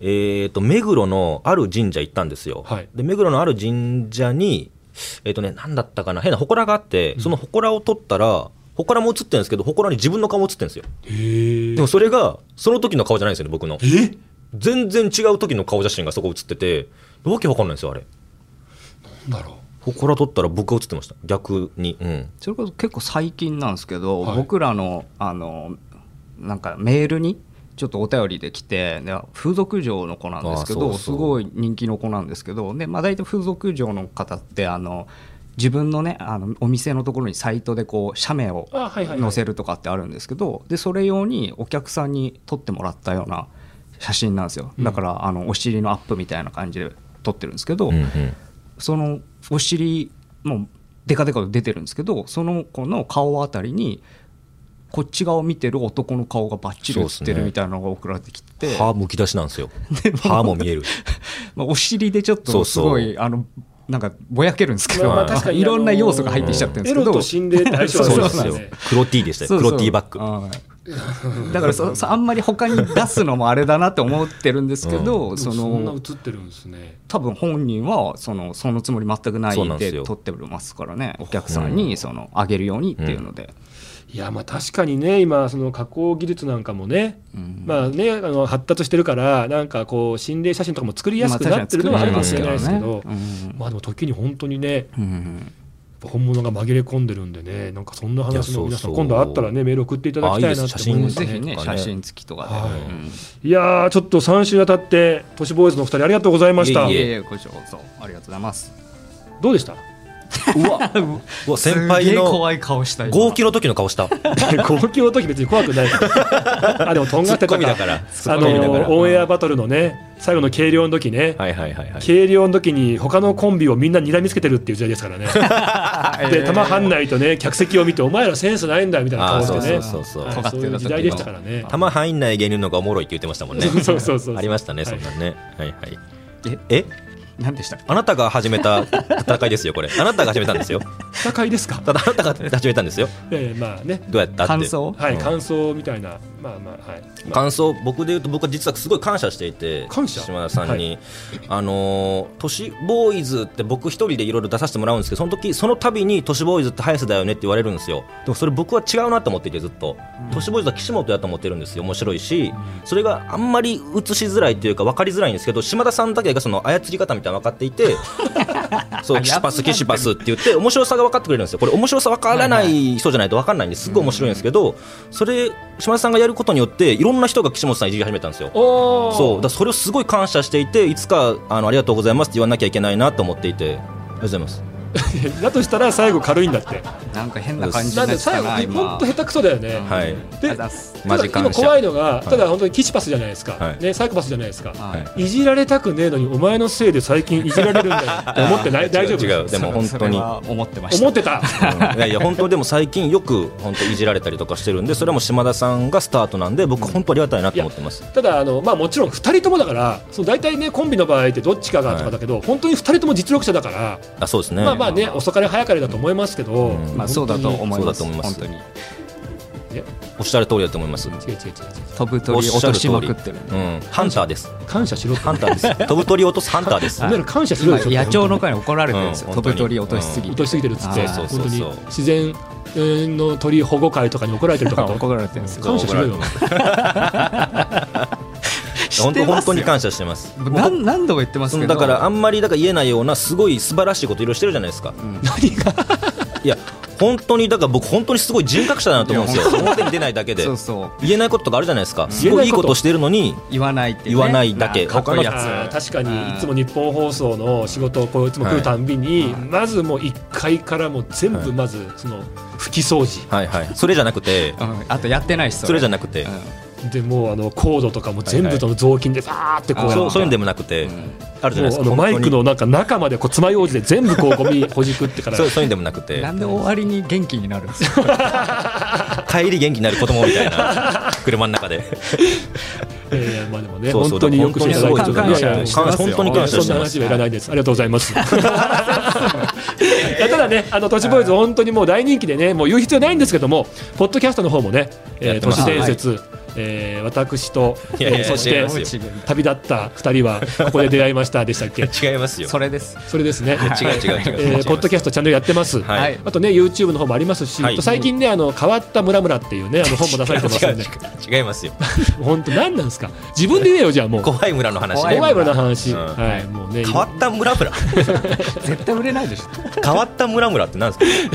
Speaker 3: えー、と目黒のある神社行ったんですよ、
Speaker 1: はい
Speaker 3: で目黒のある神社に、えーとね、何だったかな変な祠があってその祠を撮ったら祠も写ってるんですけど祠に自分の顔も写ってるんですよ
Speaker 1: へ
Speaker 3: でもそれがその時の顔じゃないんですよね僕の
Speaker 1: え
Speaker 3: 全然違う時の顔写真がそこ写っててわけわかんないんですよあれ
Speaker 1: なんだろ
Speaker 3: 祠撮ったら僕が写ってました逆にうん
Speaker 4: それこそ結構最近なんですけど、
Speaker 1: はい
Speaker 4: 僕らのあのなんかメールにちょっとお便りで来てで風俗嬢の子なんですけど
Speaker 3: あそうそう
Speaker 4: すごい人気の子なんですけどで、まあ、大体風俗嬢の方ってあの自分のねあのお店のところにサイトでこう社名を
Speaker 1: あはいはいはい
Speaker 4: 載せるとかってあるんですけど、でそれ用にお客さんに撮ってもらったような写真なんですよだから、あのお尻のアップみたいな感じで撮ってるんですけど、
Speaker 3: うんうん
Speaker 4: そのお尻もうデカデカと出てるんですけどその子の顔あたりにこっち側を見てる男の顔がバッチリ映っ
Speaker 3: そう
Speaker 4: て
Speaker 3: です
Speaker 4: る
Speaker 3: ね
Speaker 4: みたいなのが送られてきて、
Speaker 3: 歯むき出しなんですよ歯も見える
Speaker 4: まあ、お尻でちょっ
Speaker 3: そ
Speaker 4: と
Speaker 3: う
Speaker 4: す
Speaker 3: そう
Speaker 4: ごいあのなんかぼやけるんですけど、
Speaker 1: ま
Speaker 3: あまあ
Speaker 1: 確かに
Speaker 4: いろんな要素が入ってきちゃってるん
Speaker 1: う。
Speaker 4: で
Speaker 1: エ
Speaker 4: すけ
Speaker 1: ロ
Speaker 4: ど、
Speaker 1: と心霊って相性
Speaker 3: そ
Speaker 1: が
Speaker 3: う
Speaker 1: そう
Speaker 3: な
Speaker 1: なんんで
Speaker 3: です
Speaker 1: す
Speaker 3: よ
Speaker 1: ね。
Speaker 3: 黒 T でした
Speaker 4: そ
Speaker 3: よ
Speaker 4: うそう
Speaker 3: 黒 T バッグ
Speaker 4: はいだからそそあんまり他に出すのもあれだなって思ってるんですけ
Speaker 1: で
Speaker 4: ど、そ
Speaker 1: もそんな映
Speaker 4: の
Speaker 1: ってるんですね。
Speaker 4: 多分本人はそのそのつもり全くな
Speaker 3: そうないんで
Speaker 4: です
Speaker 3: よ
Speaker 4: 撮ってますからねお客さんにそのあげるようにっていうので、
Speaker 1: いやまあ確かにね今その加工技術なんかもね、
Speaker 4: うん
Speaker 1: まあねあの発達してるからなんかこう心霊写真とかも作りやすくなってるのはあるかもしれないですけど、
Speaker 4: まあ確かに作れますからね
Speaker 1: まあでも時に本当にね
Speaker 4: うんうん
Speaker 1: 本物が紛れ込んでるんでねなんかそんな話
Speaker 3: いやそ
Speaker 1: の
Speaker 3: う
Speaker 1: 皆さん
Speaker 3: そう
Speaker 1: 今度あったらねメール送っていただきたいな
Speaker 3: あいい
Speaker 1: っ
Speaker 3: です
Speaker 1: て思います
Speaker 4: ぜ
Speaker 1: ね
Speaker 4: ひ
Speaker 3: ね
Speaker 4: ね写真付きとかで、
Speaker 1: はい
Speaker 4: う
Speaker 1: い
Speaker 4: ん
Speaker 1: やーちょっと3週にわたって都市ボーイズのお二人ありがとうございました
Speaker 3: いえい
Speaker 4: いえいえごちそうありがとうございます
Speaker 1: どうでした
Speaker 3: うわうわ先輩
Speaker 4: すげえ
Speaker 3: の
Speaker 4: 怖い顔した今
Speaker 3: 号泣の時の顔した
Speaker 1: 号泣の時別に怖くないからあでもとんがってた
Speaker 3: ツッコミだからツ
Speaker 1: あ
Speaker 3: ッ
Speaker 1: の
Speaker 3: コミだから
Speaker 1: ーオンエアバトルのね最後の軽量の時ね、
Speaker 3: はいはいはいはい
Speaker 1: 軽量の時に他のコンビをみんな睨みつけてるっていう時代ですから ねで玉はんないとね客席を見てお前らセンスないんだみたいな顔してね
Speaker 3: あーそうそうそうそう
Speaker 1: はい
Speaker 4: 尖っ
Speaker 1: そ
Speaker 4: て
Speaker 1: ういう
Speaker 4: た時の
Speaker 1: 時代でしたからね
Speaker 3: 玉入んない芸人の方がおもろいって言ってましたもんね
Speaker 1: そうそうそうそう
Speaker 3: ありましたね
Speaker 1: は
Speaker 3: そ
Speaker 1: い
Speaker 3: んなんねはいはい
Speaker 4: え
Speaker 3: え
Speaker 4: 何でしたっけ
Speaker 3: あなたが始めた戦いですよこれあなたが始めたんですよ
Speaker 1: 戦いですか
Speaker 3: ただあなたが始めたんですよ
Speaker 1: ええまあね
Speaker 3: どうやったって
Speaker 4: 感想
Speaker 1: はい
Speaker 3: うん
Speaker 1: 感想みたいなまあまあはい
Speaker 3: 感想僕で言うと僕は実はすごい感謝していて
Speaker 1: 感謝
Speaker 3: 島田さんに、あのー都市ボーイズって僕一人でいろいろ出させてもらうんですけどその時その度に都市ボーイズって速さだよねって言われるんですよでもそれ僕は違うなと思っていてずっと、都市ボーイズは岸本やと思ってるんですよ面白いし、それがあんまり映しづらいというか分かりづらいんですけど島田さんだけがその操り方みたいなの分かっていてそう岸パス岸パスって言って面白さが分かってくれるんですよこれ面白さ分からない人じゃないと分かんないんですすごい面白いんですけど、それ島田さんがやることによっていろんな人が岸本さんいじり始めたんですよ
Speaker 1: おー
Speaker 3: そうだからそれをすごい感謝していていつかあのありがとうございますって言わなきゃいけないなと思っていてありがとうございます
Speaker 1: だとしたら最後軽いんだ って
Speaker 4: なんか変な感じ
Speaker 1: なん
Speaker 4: に
Speaker 1: で
Speaker 4: なってた
Speaker 1: 最後
Speaker 4: な今
Speaker 1: 本当下手くそだよね
Speaker 3: はい
Speaker 1: で
Speaker 4: あざっす
Speaker 1: た
Speaker 3: マ
Speaker 1: だ
Speaker 3: ジ感謝
Speaker 1: 今怖いのがただ本当にキシパスじゃないです
Speaker 3: は
Speaker 1: か
Speaker 3: い
Speaker 1: ねサイコパスじゃないですか
Speaker 4: はい
Speaker 3: はい
Speaker 1: いじられたくねえのにお前のせいで最近いじられるん だよって思ってない大丈夫
Speaker 3: 違う違うでも本
Speaker 4: そ
Speaker 3: 当
Speaker 4: れ
Speaker 3: に
Speaker 4: は思ってました
Speaker 1: 思ってた
Speaker 3: うんいやいや本当でも最近よく本当いじられたりとかしてるんでそれも島田さんがスタートなんで僕本当ありがたいなと思ってます
Speaker 1: ただあの、まあ、もちろん2人ともだからその大体ねコンビの場合ってどっちかがとかだけど、本当に2人とも実力者だから、
Speaker 3: あそうですね
Speaker 1: まあまあね
Speaker 4: まあまあ
Speaker 1: 遅かれ早かれだと思いますけど、
Speaker 3: うん
Speaker 4: まあそうだと
Speaker 1: 本当に
Speaker 4: 思います
Speaker 3: そうだと思います
Speaker 4: 本当に
Speaker 1: え
Speaker 3: おっしゃる通りだと思います。
Speaker 1: 違う違う違う違う
Speaker 4: 飛ぶ鳥落としまくってる
Speaker 3: う、ん、ハンターです。
Speaker 1: 感謝しろって
Speaker 3: ハンターです。飛ぶ鳥落とすハンターです
Speaker 1: お。前ら感謝しろ
Speaker 4: 今
Speaker 1: よちょっと
Speaker 4: 野鳥の会に怒られてるんですよ、
Speaker 3: うん
Speaker 4: 飛ぶ鳥落としすぎ
Speaker 1: 落
Speaker 4: て、
Speaker 1: としすぎてるっつって
Speaker 4: あー
Speaker 1: 本
Speaker 3: そう
Speaker 1: 当
Speaker 3: そう
Speaker 1: に
Speaker 3: そう
Speaker 1: 自然の鳥保護会とかに怒られてるとかと
Speaker 4: 怒られてるんですよ
Speaker 1: 感謝しろよ
Speaker 3: 本当本当に
Speaker 4: か
Speaker 3: 感謝してます。
Speaker 4: 何何度も言ってます
Speaker 3: そ
Speaker 4: け
Speaker 3: の
Speaker 4: ど
Speaker 3: だからあんまりだから言えないようなすごい素晴らしいこといろいろしてるじゃないですか。
Speaker 1: 何が
Speaker 3: いや本当にだから僕本当にすごい人格者だなと思うんです
Speaker 4: いや
Speaker 3: よ。表に出ないだけで
Speaker 4: そうそう
Speaker 3: 言えないこととかあるじゃないですか。すごいいいことしてるのに
Speaker 4: 言わないっていうね、
Speaker 3: 言わないだけ
Speaker 4: まあかっこいいや
Speaker 1: あー
Speaker 4: つ
Speaker 1: 確かにいつも日本放送の仕事をこういつも来るたんびに、まずもう1階からもう全
Speaker 3: は
Speaker 1: 部
Speaker 3: い
Speaker 1: まずその拭き掃除
Speaker 3: はいはい。それじゃなくて
Speaker 4: うんあとやってないし
Speaker 3: それじゃ
Speaker 4: な
Speaker 3: なくて
Speaker 1: でもうあのコードとかも全部その雑巾でバーってこうやって
Speaker 3: そうそういうんでもなくてあるじゃないです
Speaker 1: もうあの
Speaker 3: か。
Speaker 1: マイク
Speaker 3: 本
Speaker 1: のなんか中までこう爪楊枝で全部こうゴミほじくってか
Speaker 3: 当
Speaker 1: ら
Speaker 3: に そうそういうんでもなく
Speaker 4: うん、
Speaker 3: て
Speaker 4: なんで終わりに元気になるんですか
Speaker 3: 帰り元気になる子供みたいな車の中で。
Speaker 1: いやいやまあでもね
Speaker 3: そうそう
Speaker 1: 本当によくしていただいて
Speaker 4: 本当にすごい人だない
Speaker 1: やいや
Speaker 4: 感謝
Speaker 1: いや
Speaker 4: 本当に
Speaker 3: 感謝
Speaker 1: そんな話はいらないですありがとうございますいやただねあの都市ボーイズ本当にもう大人気でねもう言う必要ないんですけどもポッドキャストの方もね、え
Speaker 3: や
Speaker 1: ー、
Speaker 3: って
Speaker 1: 都
Speaker 3: ます
Speaker 1: 市伝説、えー私と、
Speaker 3: いやいや
Speaker 1: えーそし
Speaker 3: 違い
Speaker 1: て
Speaker 3: ますよ
Speaker 1: 旅立った二人はここで出会いましたでしたっ け
Speaker 3: 違いますよ。
Speaker 4: それです
Speaker 1: それですね
Speaker 3: 違う違う
Speaker 1: え
Speaker 3: 違う違う違いま
Speaker 1: ー
Speaker 3: す。
Speaker 1: ポッドキャストチャンネルやってます、
Speaker 3: は
Speaker 4: はいい。
Speaker 1: あとね YouTube の方もありますし、
Speaker 3: はい
Speaker 1: あと最近ねあの変わった村々っていうねあの本も出されてます
Speaker 3: 違
Speaker 1: ん
Speaker 3: う
Speaker 1: で
Speaker 3: 違う違いますよ。
Speaker 1: 本当何なんですか自分で言えよじゃあもう
Speaker 3: 怖い村の話
Speaker 4: 怖い
Speaker 3: ね。
Speaker 1: 怖い村の話、
Speaker 3: うん
Speaker 1: はいもうね
Speaker 3: 変わった村 村
Speaker 4: 絶対売れないでしょ
Speaker 3: 変わった村村ってなんです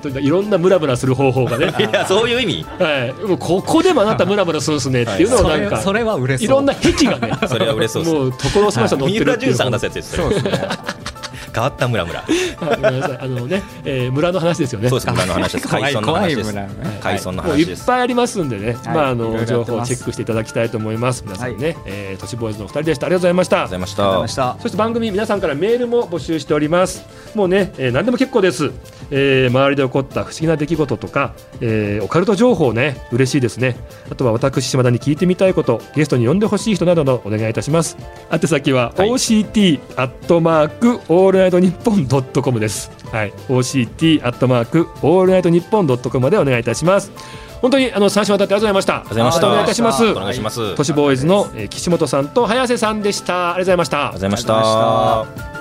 Speaker 1: 本当にいろんなムラムラする方法がね、
Speaker 3: か。いやそういう意味。
Speaker 1: はい、もうここでもあなたムラムラするんすねっていうのを
Speaker 4: そ
Speaker 1: なん
Speaker 4: れ
Speaker 1: か、
Speaker 4: それは売れそう
Speaker 1: い
Speaker 4: い
Speaker 1: ろんな癖がね
Speaker 3: それは売れそうです
Speaker 1: もう所狭しと乗って
Speaker 3: 三
Speaker 1: る
Speaker 3: 浦
Speaker 1: ってい
Speaker 3: 淳
Speaker 1: う
Speaker 3: さん
Speaker 1: は
Speaker 3: が出すやつです
Speaker 4: そうですね
Speaker 3: 変わった村村
Speaker 1: いごめんなさいあのね、えー村の話ですよね
Speaker 3: そうです村の話です
Speaker 4: 怖い
Speaker 3: 海村の話です
Speaker 4: 怖い村ね
Speaker 3: 海村の
Speaker 1: もう
Speaker 3: 話
Speaker 1: い
Speaker 3: で
Speaker 1: っ
Speaker 3: す
Speaker 1: ぱいありますんでね、
Speaker 4: はい
Speaker 1: まああ
Speaker 4: いろいろや
Speaker 1: の
Speaker 4: ってま
Speaker 1: 情
Speaker 4: す
Speaker 1: 報をチェックしていただきたいと思います皆さんね、えー都市ボーイズのお二人でしたありがとうございました
Speaker 3: ございまし
Speaker 4: ありがとう
Speaker 3: た
Speaker 4: ございまし
Speaker 1: そして番組皆さんからメールも募集しておりますもうね、えー何でも結構です、えー周りで起こった不思議な出来事とか、えーオカルト情報ね嬉しいですねあとは私島田に聞いてみたいことゲストに呼んでほしい人などのお願いいたします宛先は
Speaker 3: はい
Speaker 1: OCT アットマークオールナイトニッポンドットコムですはい OCT アットマークオールナイトニッポンドットコムまでお願いいたします本当にあの三週にわたってありがとうございました
Speaker 3: ありがとうございました
Speaker 1: お願いいたします
Speaker 3: お願いしますあり
Speaker 1: 都
Speaker 3: がとう
Speaker 1: 市ボーイズのえー岸本さんと早瀬さんでしたありがとうございました
Speaker 3: ございまし
Speaker 4: ありがとうございました